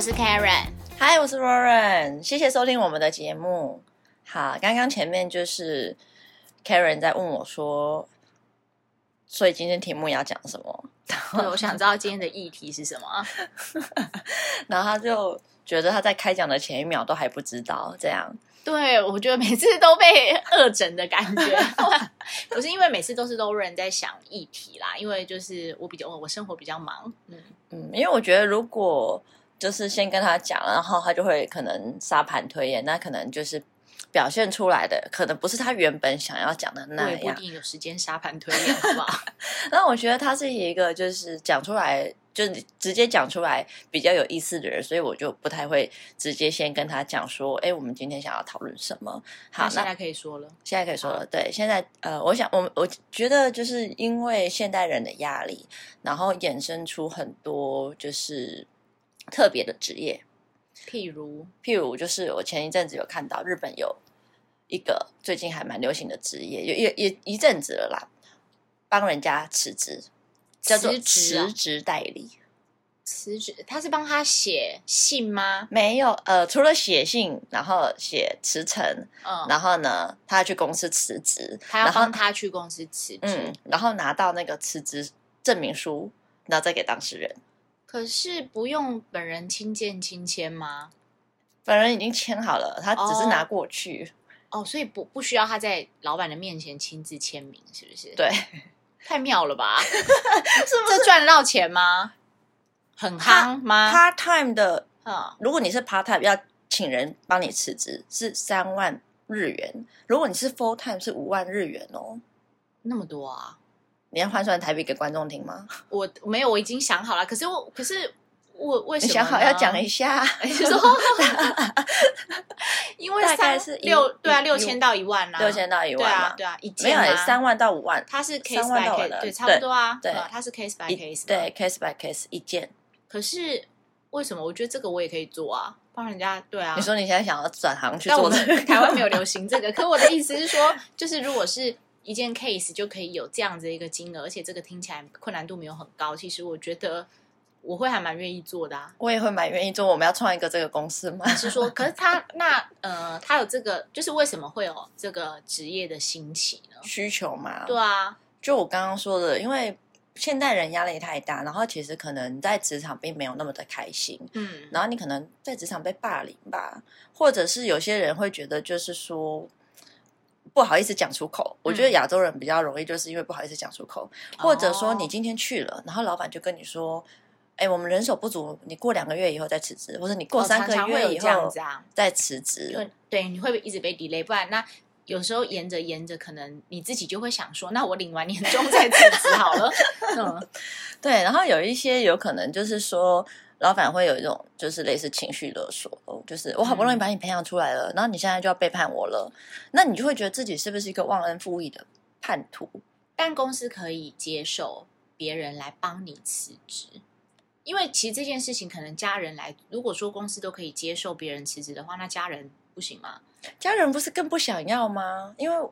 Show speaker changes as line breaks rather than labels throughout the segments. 是 Karen。
嗨，我是 Roran，谢谢收听我们的节目。好，刚刚前面就是 Karen 在问我说，所以今天题目要讲什么？
对，我想知道今天的议题是什么。
然后他就觉得他在开讲的前一秒都还不知道，这样
对，我觉得每次都被恶整的感觉， 不是因为每次都是 Lauren 在想议题啦，因为就是我比较我生活比较忙，嗯，
嗯，因为我觉得如果就是先跟他讲，然后他就会可能沙盘推演，那可能就是表现出来的可能不是他原本想要讲的
我
那
也不一
样。
定有时间沙盘推演，好不 好？
那我觉得他是一个就是讲出来。就是直接讲出来比较有意思的人，所以我就不太会直接先跟他讲说，哎、我们今天想要讨论什么。
嗯那
好，那
现在可以说了，
现在可以说了，对，现在呃，我想我们我觉得就是因为现代人的压力，然后衍生出很多就是特别的职业，
譬如
譬如就是我前一阵子有看到日本有一个最近还蛮流行的职业，也也也一阵子了啦，帮人家辞职，叫做
辞职啊
辞职代理。
辞职，他是帮他写信吗？
没有，呃，除了写信，然后写辞呈，
嗯，
然后呢，他去公司哦辞职，
他
然
要
后
帮他去公司辞职
嗯，，然后拿到那个辞职证明书，然后再给当事人。
可是不用本人亲见亲签吗？
本人已经签好了，他只是拿过去。
哦，所以不不需要他在老板的面前亲自签名，是不是？
对，
太妙了 吧？这赚得到钱吗？很夯吗？
part time 的，
嗯，
如果你是 part time 要请人帮你辞职是三万日元，如果你是 full time 是五万日元哦。
那么多啊！
你要换算台币给观众听吗？
我没有，我已经想好了。可是我，可是我为什
你
么
想好要讲
一
一下，
就说，因为
大概
三
是一
六对啊，
一
六千到一万啊，
六千到一
对
万
啊
嘛？
对啊，一
没
件
有
啊，
三万到五万，
它是 case
三万
by
到
case，
我的
对，差不多啊，
对
嗯它是 case by
一
case，的
对 case by case 一件。
可是为什么？我觉得这个我也可以做啊，帮人家对啊。
你说你现在想要转行去
但我
做
们
这个？
台 湾没有流行这个， 可我的意思是说，就是如果是一件 case 就可以有这样子一个金额，而且这个听起来困难度没有很高，其实我觉得我会还蛮愿意做的 啊。
我也会蛮愿意做。我们要创一个这个公司吗？
是说，可是他那呃，他有这个，就是为什么会有这个职业的兴起呢？
需求嘛？
对啊，
就我刚刚说的，因为现代人压力太大，然后其实可能在职场并没有那么的开心，
嗯，
然后你可能在职场被霸凌吧，或者是有些人会觉得就是说。不好意思讲出口，我
嗯
觉得亚洲人比较容易，就是因为不好意思讲出口，或者
哦
说你今天去了，然后老板就跟你说：“哎，我们人手不足，你过两个月以后再辞职，或者你过
哦
三个
常常会
月
有
以
这样
后
子啊，
再辞职。
对对，你会一直被 delay，不然那有时候延着延着，可能你自己就会想说，那我领完年终再辞职好了。嗯，
对，然后有一些有可能就是说，老板会有一种就是类似情绪勒索，哦就是我好不容易把你培养出来了，然后你现在就要背叛我了，那你就会觉得自己是不是一个忘恩负义的叛徒？
但公司可以接受别人来帮你辞职，因为其实这件事情可能家人来，如果说公司都可以接受别人辞职的话，那家人不行吗？
家人不是更不想要吗？因为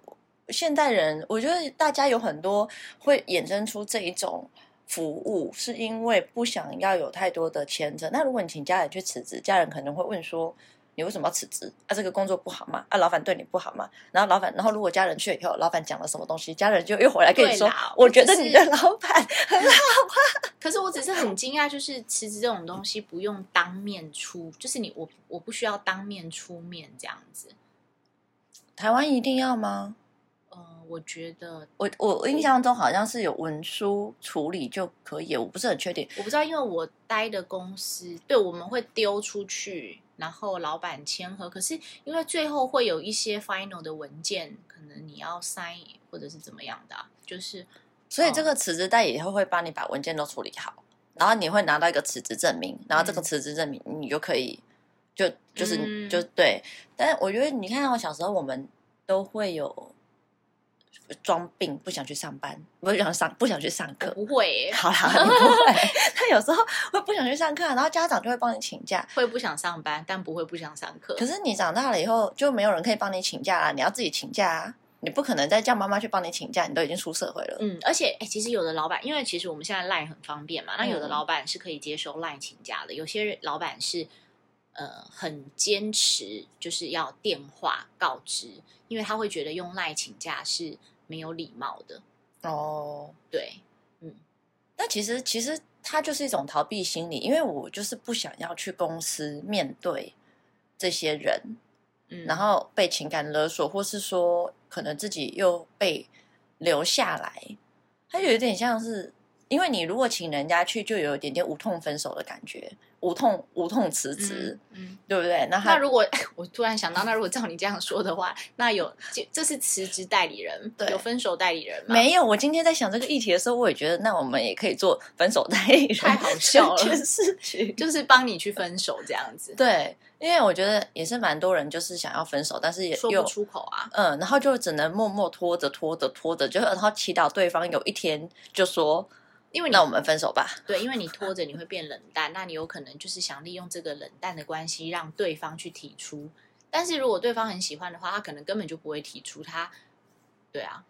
现代人，我觉得大家有很多会衍生出这一种。服务是因为不想要有太多的牵扯。那如果你请家人去辞职，家人可能会问说：“你为什么要辞职？啊，这个工作不好吗？啊，老板对你不好吗？”然后老板，然后如果家人去了以后，老板讲了什么东西，家人就又回来跟你
对
说
啦：“
我
我
觉得
只
你
是
的老板
可是我只是很惊讶，就是辞职这种东西不用当面出，就是你我我不需要当面出面这样子。
台湾一定要吗？”
呃，我觉得
我我印象中好像是有文书处理就可以，我不是很确定。
我不知道，因为我待的公司，对，我们会丢出去，然后老板签合。可是因为最后会有一些 final 的文件，可能你要 sign 或者是怎么样的啊、就是
所
嗯
以这个辞职代以后会帮你把文件都处理好，然后你会拿到一个辞职证明，然后这个
嗯
辞职证明你就可以就就是、
嗯
就对。但是我觉得你看到、小时候我们都会有装病，不想去上班，不想上不想去上
我
课。
啊不会耶、
好啦， 你不会。但有时候会不想去上课，然后家长就会帮你请假。
会不想上班，但不会不想上课
可。是你长大了以后就没有人可以帮你请假啦，你要自己请假啊，你不可能再叫妈妈去帮你请假，你都已经出社会了。
嗯，而且哎、诶其实有的老板，因为其实我们现在 Line 很方便嘛，那有的
嗯
老板是可以接收 Line 请假的，有些人老板是呃很坚持，就是要电话告知，因为他会觉得用赖请假是没有礼貌的。
哦，
对，
那其实其实它就是一种逃避心理，因为我就是不想要去公司面对这些人，
嗯，
然后被情感勒索，或是说可能自己又被留下来，它就有点像是，因为你如果请人家去，就有一点点无痛分手的感觉，无痛无痛辞职，
嗯，嗯
对不对？那
那
他
如果我突然想到，那如果照你这样说的话，那有这这是辞职代理人，
对
有分手代理人吗？
没有，我今天在想这个议题的时候，我也觉得，那我们也可以做分手代理人
太好笑了
这件事情。
就是帮你去分手这样子，
对，因为我觉得也是蛮多人就是想要分手，但是也
说
又
不出口啊。
嗯，然后就只能默默拖着拖着拖着，就然后祈祷对方有一天就说，
因为你
那我们分手吧。
对，因为你拖着你会变冷淡，那你有可能就是想利用这个冷淡的关系让对方去提出。但是如果对方很喜欢的话，他可能根本就不会提出他。对啊，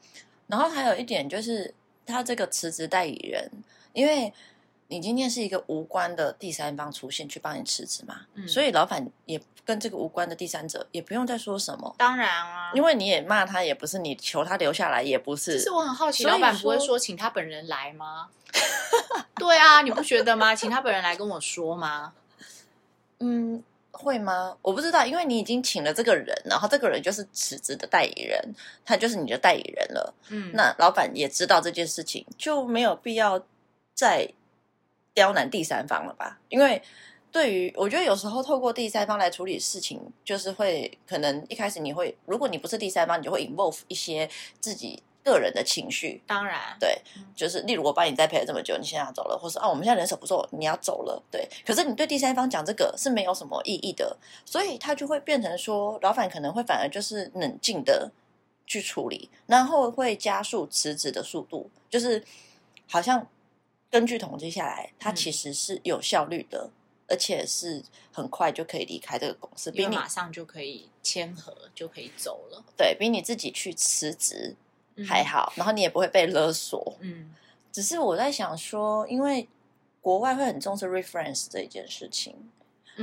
然后还有一点就是，他这个辞职代理人，因为你今天是一个无关的第三方出现去帮你辞职嘛，
嗯
所以老板也跟这个无关的第三者也不用再说什么，
当然啊，
因为你也骂他也不是，你求他留下来也不
只
是
是。我很好奇，
所以
老板不会
说
说请他本人来吗？ 对啊，你不觉得吗？请他本人来跟我说吗？
嗯，会吗？我不知道，因为你已经请了这个人，然后这个人就是辞职的代理人，他就是你的代理人了。
嗯，
那老板也知道这件事情，就没有必要再刁难第三方了吧？因为对于我觉得有时候透过第三方来处理事情，就是会可能一开始你会，如果你不是第三方，你就会 involve 一些自己个人的情绪。
当然，
对
嗯，
就是例如我帮你栽培了这么久，你现在要走了，或是啊，我们现在人手不够，你要走了，对。可是你对第三方讲这个是没有什么意义的，所以他就会变成说，老板可能会反而就是冷静的去处理，然后会加速辞职的速度，就是好像根据统计下来，它
嗯
其实是有效率的，而且是很快就可以离开这个公司，比
因为
你
马上就可以签合，就可以走了，
对比你自己去辞职
嗯
还。好，然后你也不会被勒索，
嗯，
只是我在想说，因为国外会很重视 reference 这一件事情，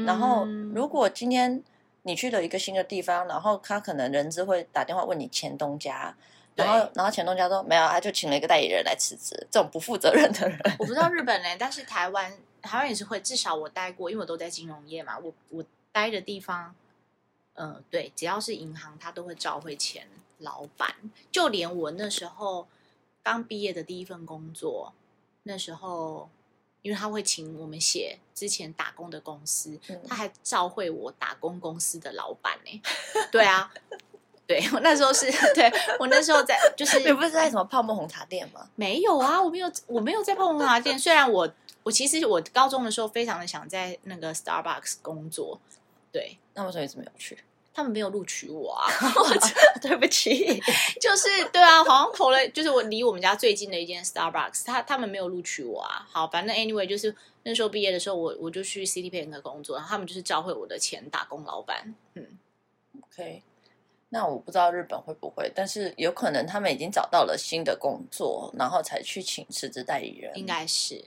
然后
嗯
如果今天你去了一个新的地方，然后他可能人资会打电话问你前东家。
对
然后，然后前东家说没有，他就请了一个代理人来辞职，这种不负责任的人，
我不知道日本呢、但是台湾台湾也是会，至少我待过，因为我都在金融业嘛，我我待的地方，呃，对，只要是银行，他都会召会前老板，就连我那时候刚毕业的第一份工作，那时候。因为他会请我们写之前打工的公司，
嗯
他还召会我打工公司的老板呢、 对啊，对我那时候是对我那时候在 就是
你不是在什么泡沫红茶店吗？
没有啊，我没有，我没有在泡沫茶店。虽然我，我其实我高中的时候非常的想在那个 Starbucks 工作，对
那为什么一直没有去？
他们没有录取我啊，
对不起，
就是对啊，好像投了，就是我离我们家最近的一间 Starbucks，他他们没有录取我啊。好，反正 anyway，就是那时候毕业的时候，我我就去 City Bank 工作，然后他们就是召回我的前打工老板，
OK，那我不知道日本会不会，但是有可能他们已经找到了新的工作，然后才去请辞职代理人。
应，该是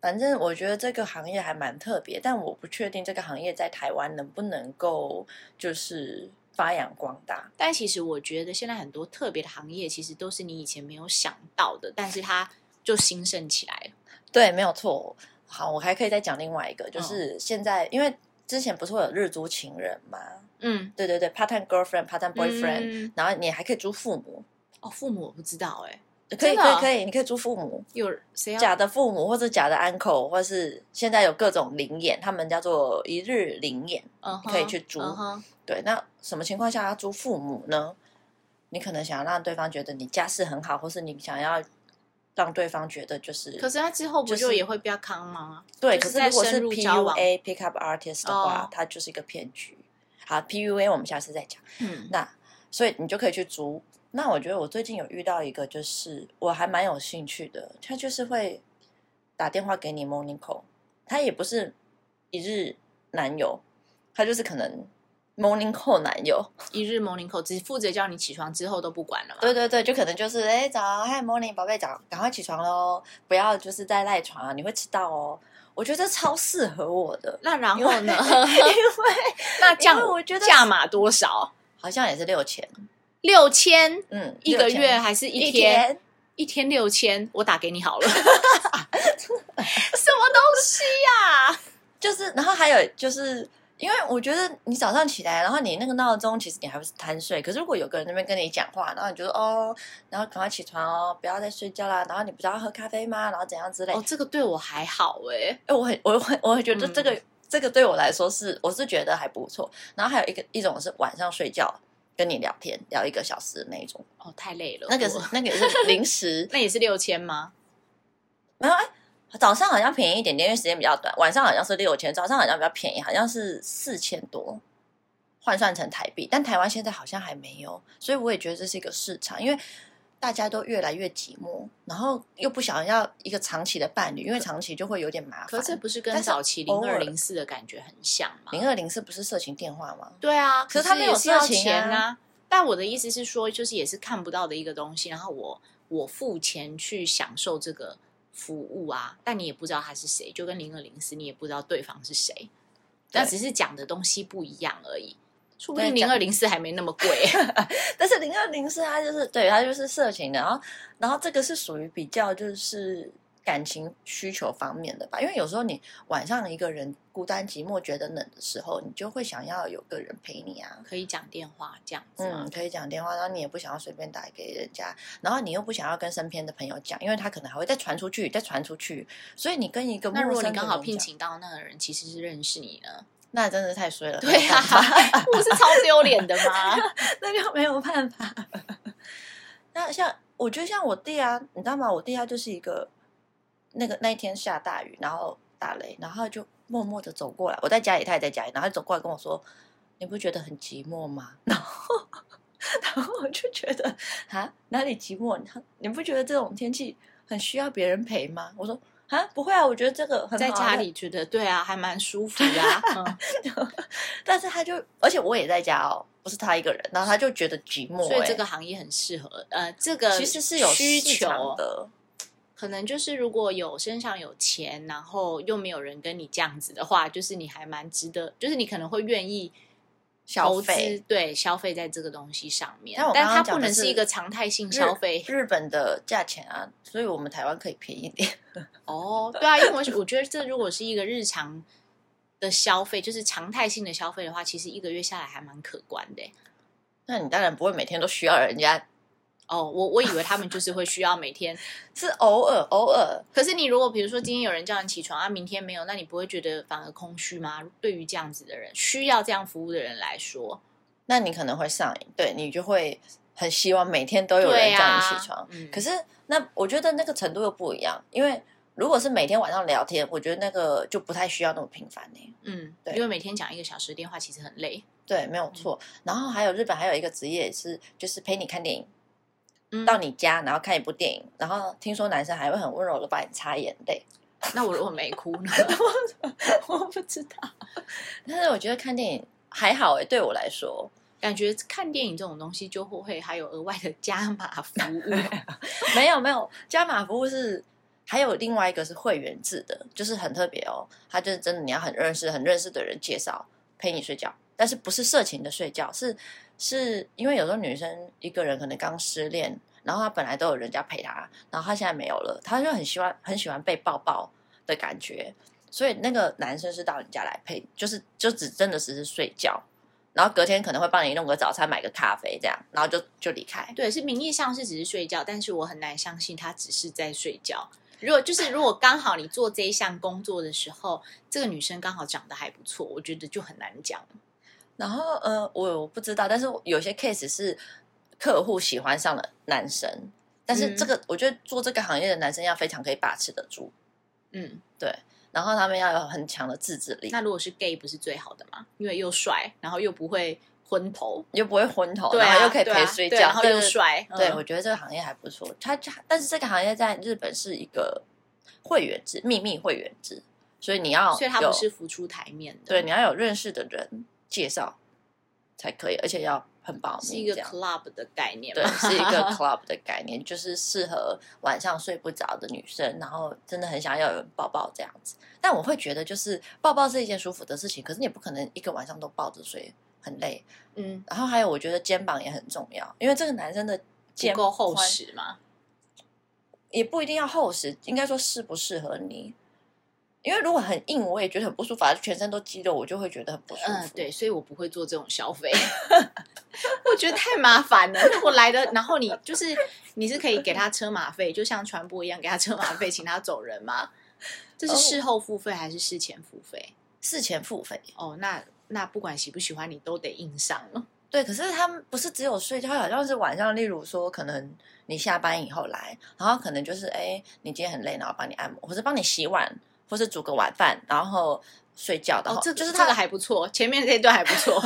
反正我觉得这个行业还蛮特别，但我不确定这个行业在台湾能不能够就是发扬光大。
但其实我觉得现在很多特别的行业，其实都是你以前没有想到的，但是它就兴盛起来了。
对，没有错。好，我还可以再讲另外一个，
嗯
就是现在、因为之前不是会有日租情人吗？
嗯
对对对，part time girlfriend、part time boyfriend，、
嗯
然后你还可以租父母，
哦，父母我不知道哎、
可
真
以
的
可以
啊
可以，你可以租父母。
有谁要
假的父母或者假的 uncle，或是现在有各种灵眼，他们叫做一日灵眼。
嗯哼
可以去租
嗯哼
对，那什么情况下要租父母呢？你可能想要让对方觉得你家世很好，或是你想要让对方觉得就是，
可是他之后不
就
就是也会比较康吗？
对，
就
可
是
是
在
如果
深
是
入交往
PUA pick up artist 的话，
哦
它就是一个骗局。好，PUA 我们下次再讲。
嗯
那所以你就可以去租。那我觉得我最近有遇到一个，就是我还蛮有兴趣的，他就是会打电话给你 morning call，他也不是一日男友，他就是可能 morning call 男友，
一日某领口只负责叫你起床之后都不管了嘛？
对对对，就可能就是哎、早，嗨 morning 啊宝贝早，赶快起床喽，不要就是在赖床啊，你会迟到哦。我觉得这超适合我的。
那 然
因为
后 呢？
因为
那降
因为我觉得
价码多少？
好像也是六千，
六千
嗯，
一个
6000
月还是一
一
天？
天，
一天六千，我打给你好了。什么东西呀、
就是，然后还有就是。因为我觉得你早上起来，然后你那个闹钟，其实你还不是贪睡。可是如果有个人在那边跟你讲话，然后你就说哦，然后赶快起床哦，不要再睡觉啦。然后你不是要喝咖啡吗？然后怎样之类。
哦，这个对我还好哎、
哎，我很，我很，我觉得这个、
嗯
这个对我来说是，我是觉得还不错。然后还有一个一种是晚上睡觉跟你聊天，聊一个小时那一种，
哦，太累了。
那个是
我，
那个也是临时
那也是六千吗？
没有哎。早上好像便宜一点点，因为时间比较短；晚上好像是六千，早上好像比较便宜，好像是四千多，换算成台币。但台湾现在好像还没有，所以我也觉得这是一个市场，因为大家都越来越寂寞，然后又不想要一个长期的伴侣，因为长期就会有点麻
可
烦
是。这不是
但
跟
是
早期零
偶
二
尔
零四的感觉很像吗？
零二零四不是色情电话吗？
对啊，
可是他没有
也是要
色情
钱
啊
啊。但我的意思是说，就是也是看不到的一个东西，然后我我付钱去享受这个服务啊，但你也不知道他是谁，就跟零二零四，你也不知道对方是谁，那
对
只是讲的东西不一样而已。说不定
对
零
讲
二零四还没那么贵，
但是零二零四它就是对它就是色情的，然后然后这个是属于比较就是感情需求方面的吧，因为有时候你晚上一个人孤单寂寞觉得冷的时候，你就会想要有个人陪你啊。
可以讲电话这样子啊
嗯，。可以讲电话，然后你也不想要随便打给人家，然后你又不想要跟身边的朋友讲，因为他可能还会再传出去，再传出去，所以你跟一个陌
那
生
如
的
果
人
你刚好聘
讲，
请到那个人，其实是认识你呢？
那真的是太衰了。
对啊， 我是超丢脸的吗？
那就没有办法。那像我觉得像我弟啊，你知道吗？我弟他就是一个那个那一天下大雨，然后打雷，然后就默默的走过来。我在家里，他也在家里，然后他走过来跟我说：“你不觉得很寂寞吗？” 然后，然后我就觉得啊，哪里寂寞？他你不觉得这种天气很需要别人陪吗？我说啊，不会啊，我觉得这个 很
在
好啊
家里觉得对啊，还蛮舒服的 啊、嗯
但是他就，而且我也在家哦，不是他一个人，然后他就觉得寂寞、
所以
欸
这个行业很适合，呃，这个
其实是有
需
市场
求，
的，
可能就是如果有身上有钱，然后又没有人跟你这样子的话，就是你还蛮值得，就是你可能会愿意
消
投资
费，
对，消费在这个东西上面
但我，
但
刚
它
刚讲
不
的
能是
是
一个常态性消费。
日本的价钱啊，所以我们台湾可以便宜一点。
哦，对啊，因为我我觉得这如果是一个日常。的消费就是常态性的消费的话，其实一个月下来还蛮可观的欸。
那你当然不会每天都需要人家，
哦，我我以为他们就是会需要每天
是偶尔偶尔。
可是你如果比如说今天有人叫你起床啊，明天没有，那你不会觉得反而空虚吗？对于这样子的人，需要这样服务的人来说，
那你可能会上瘾，对你就会很希望每天都有人
对
叫
啊
你起床。
嗯
可是那我觉得那个程度又不一样，因为如果是每天晚上聊天，我觉得那个就不太需要那么频繁呢、
嗯，
对
因为每天讲一个小时的电话其实很累。
对，没有
嗯
错。然后还有日本还有一个职业是，就是陪你看电影，
嗯，
到你家然后看一部电影，然后听说男生还会很温柔的帮你擦眼泪。
那我如果没哭 呢？
我不知道。但是我觉得看电影还好哎、对我来说，
感觉看电影这种东西就会会还有额外的加码服 务。
没有没有加码服务是还有另外一个是会员制的，就是很特别哦。它就是真的你要很认识很认识的人介绍陪你睡觉，但是不是色情的睡觉，是是因为有时候女生一个人可能刚失恋，然后她本来都有人家陪她，然后她现在没有了，她就很喜欢很喜欢被抱抱的感觉。所以那个男生是到你家来陪，就是就只真的只是睡觉，然后隔天可能会帮你弄个早餐，买个咖啡这样，然后就就离开。
对，是名义上是只是睡觉，但是我很难相信他只是在睡觉。如果就是如果刚好你做这一项工作的时候，这个女生刚好长得还不错，我觉得就很难讲。
然后呃，我我不知道，但是有些 case 是客户喜欢上了男生，但是这个、我觉得做这个行业的男生要非常可以把持得住，
嗯，
然后他们要有很强的自制力，
那如果是 gay 不是最好的吗？因为又帅，然后又不会昏头，
又不会昏头，
对啊，
然后又可以
对
陪
啊
睡
对
觉，
然后
对
又。帅，
对对，
嗯
我觉得这个行业还不错。它它但是这个行业在日本是一个会员制，秘密会员制，所以你要
所以他
有
不是浮出台面的。
对，你要有认识的人介绍才可以，而且要很保
是一
密，这
个
样
club 的概念
对，
嘛，
是一 个 club 的概念，就是适合晚上睡不着的女生，然后真的很想要有人抱抱这样子。但我会觉得，就是抱抱是一件舒服的事情，可是你也不可能一个晚上都抱着睡，很累。
嗯，
然后还有，我觉得肩膀也很重要，因为这个男生的
不
肩
够厚
宽，
实嘛，
也不一定要厚实，应该说适不适合你。因为如果很硬，我也觉得很不舒服，全身都肌肉，我就会觉得很不舒服。
嗯，对，所以我不会做这种消 费，我觉得太麻烦了。如果来的，然后你就是你是可以给他车马费，就像传播一样给他车马费，请他走人吗？这是
哦
事后付费还是事前付费？
事前付费，
哦，那那不管喜不喜欢，你都得硬上了。
对，可是他们不是只有睡觉，好像是晚上，例如说，可能你下班以后来，然后可能就是哎、你今天很累，然后帮你按摩，或是帮你洗碗，或是煮个晚饭，然后睡觉，然
哦，
后、
这
就是
这
他
个还不错，前面这一段还不 错，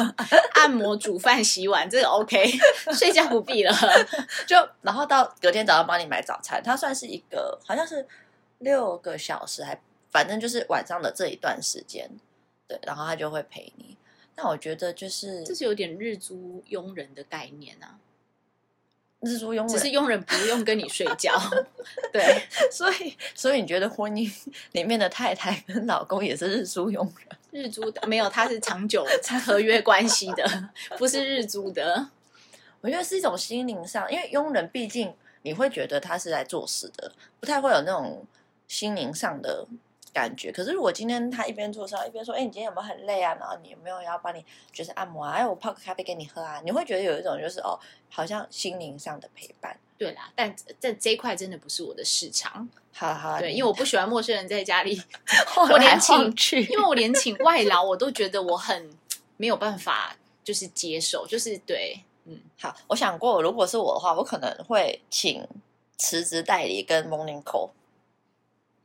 按摩、煮饭、洗碗，这个 OK，睡觉不必了。
就然后到隔天早上帮你买早餐，它算是一个好像是六个小时还，反正就是晚上的这一段时间，对，然后他就会陪你。那我觉得就 是
这是有点日租佣人的概念啊，
日租佣
只
人
是佣人不用跟你睡 觉，对。
所以所以你觉得婚姻 里面的太太跟老公也是日租佣人？
日租的没有，它是长 久合约关系的，不是日租的。
我觉得是一种心灵上，因为佣人毕竟你会觉得他是来做事的，不太会有那种心灵上的感觉。可是如果今天他一边做事，一边说：“哎、你今天有没有很累啊？然后你有没有要帮你就是按摩啊？哎，我泡个咖啡给你喝啊？”你会觉得有一种就是哦，好像心灵上的陪伴。
对啦，但这这一块真的不是我的市场，
好了好了，
对，
你
因为我不喜欢陌生人在家里，
晃
我连
来晃
请
去，
因为我连请外劳我都觉得我很没有办法，就是接受，就是对，嗯，
好，我想过，如果是我的话，我可能会请辞职代理跟 morning call。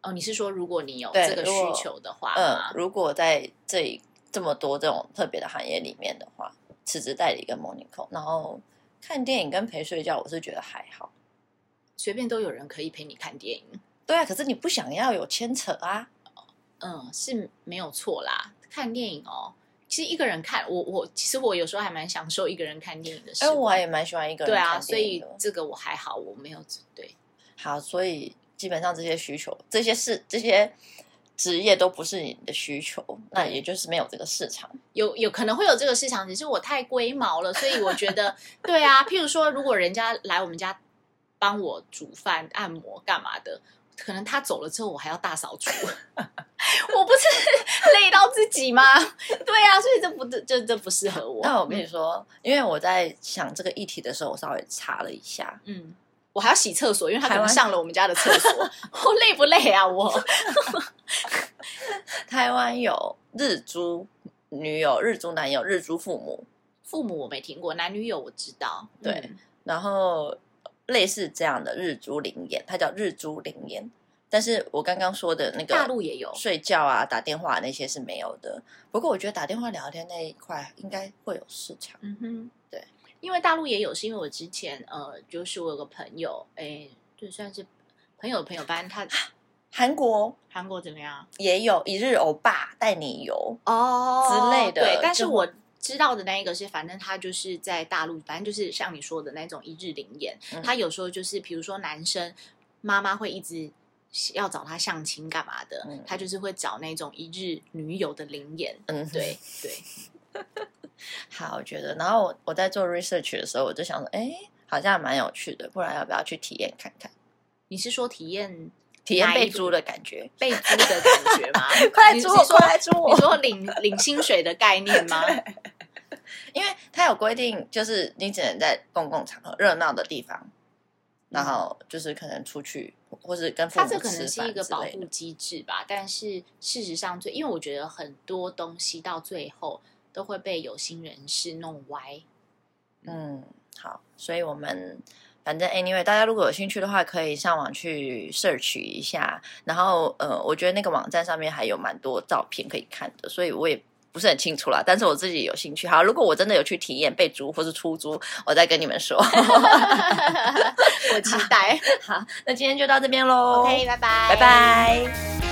哦，你是说如果你有
对
这个
如果
需求的话
嗯
吗，，
如果在这里这么多这种特别的行业里面的话，辞职代理跟 morning call，然后看电影跟陪睡觉，我是觉得还好。
随便都有人可以陪你看电影，
对啊，可是你不想要有牵扯啊，
嗯，是没有错啦。看电影哦，其实一个人看，我我其实我有时候还蛮享受一个人看电影的时
哎，
光。
我也蛮喜欢一个人
对啊，
看
所
电影
以
的。
这个我还好，我没有对
好，所以基本上这些需求、这些事、这些职业都不是你的需求，那也就是没有这个市场。
有有可能会有这个市场，只是我太龟毛了，所以我觉得对啊。譬如说，如果人家来我们家帮我煮饭、按摩干嘛的，可能他走了之后，我还要大扫除， 我不是 累到自己吗？对啊，所以这不这这不适合我。
那我跟你
嗯
说，因为我在想这个议题的时候，我稍微查了一下，
嗯。我还要洗厕所，因为他可
台
能
湾
上了我们家的厕 所，我累不累啊？我
台湾有日租女友、日租男友、日租父母，
父母我没听过，男女友我知道，
对
嗯
然后类似这样的日租灵眼，它叫日租灵眼。但是我刚刚说的那
大
个
陆也有，
睡觉啊、打电话那些是没有的。不过我觉得打电话聊天那一块应该会有市场。
嗯哼，
对，
因为大陆也有，是因为我之前呃，就是我有个朋友，哎，就算是朋友的朋友班， 他
韩国
韩国怎么样？
也有一日欧巴带你游，
哦
之类的
对，但
就是
我。知道的那一个是，反正他就是在大陆，反正就是像你说的那种一日零演。
嗯
他有时候就是，比如说男生妈妈会一直要找他相亲干嘛的，
嗯
他就是会找那种一日女友的零演。
嗯，
对对，
好，我觉得。然后我我在做 research 的时候，我就想说，哎，好像蛮有趣的，不然要不要去体验看看？
你是说体验
体验
哪一
被
种
租的感觉，？
被租的感觉吗
快来
你是
租我，
说
快来租我
你！说领领薪水的概念 吗？
因为它有规定，就是你只能在公共场合、热闹的地方，然后就是可能出去，或是跟父
它
母
这可
吃
能是一
饭
个
之
保
类
护
的。
机制吧，但是事实上最，因为我觉得很多东西到最后都会被有心人士弄歪。
嗯，好，所以我们反正 anyway，大家如果有兴趣的话，可以上网去 search 一下。然后呃，我觉得那个网站上面还有蛮多照片可以看的，所以我也。不是很清楚啦，但是我自己有兴趣。好，如果我真的有去体验被租或是出租，我再跟你们说。
我期待。
好，那今天就到这边喽。
OK，拜拜，
拜。拜。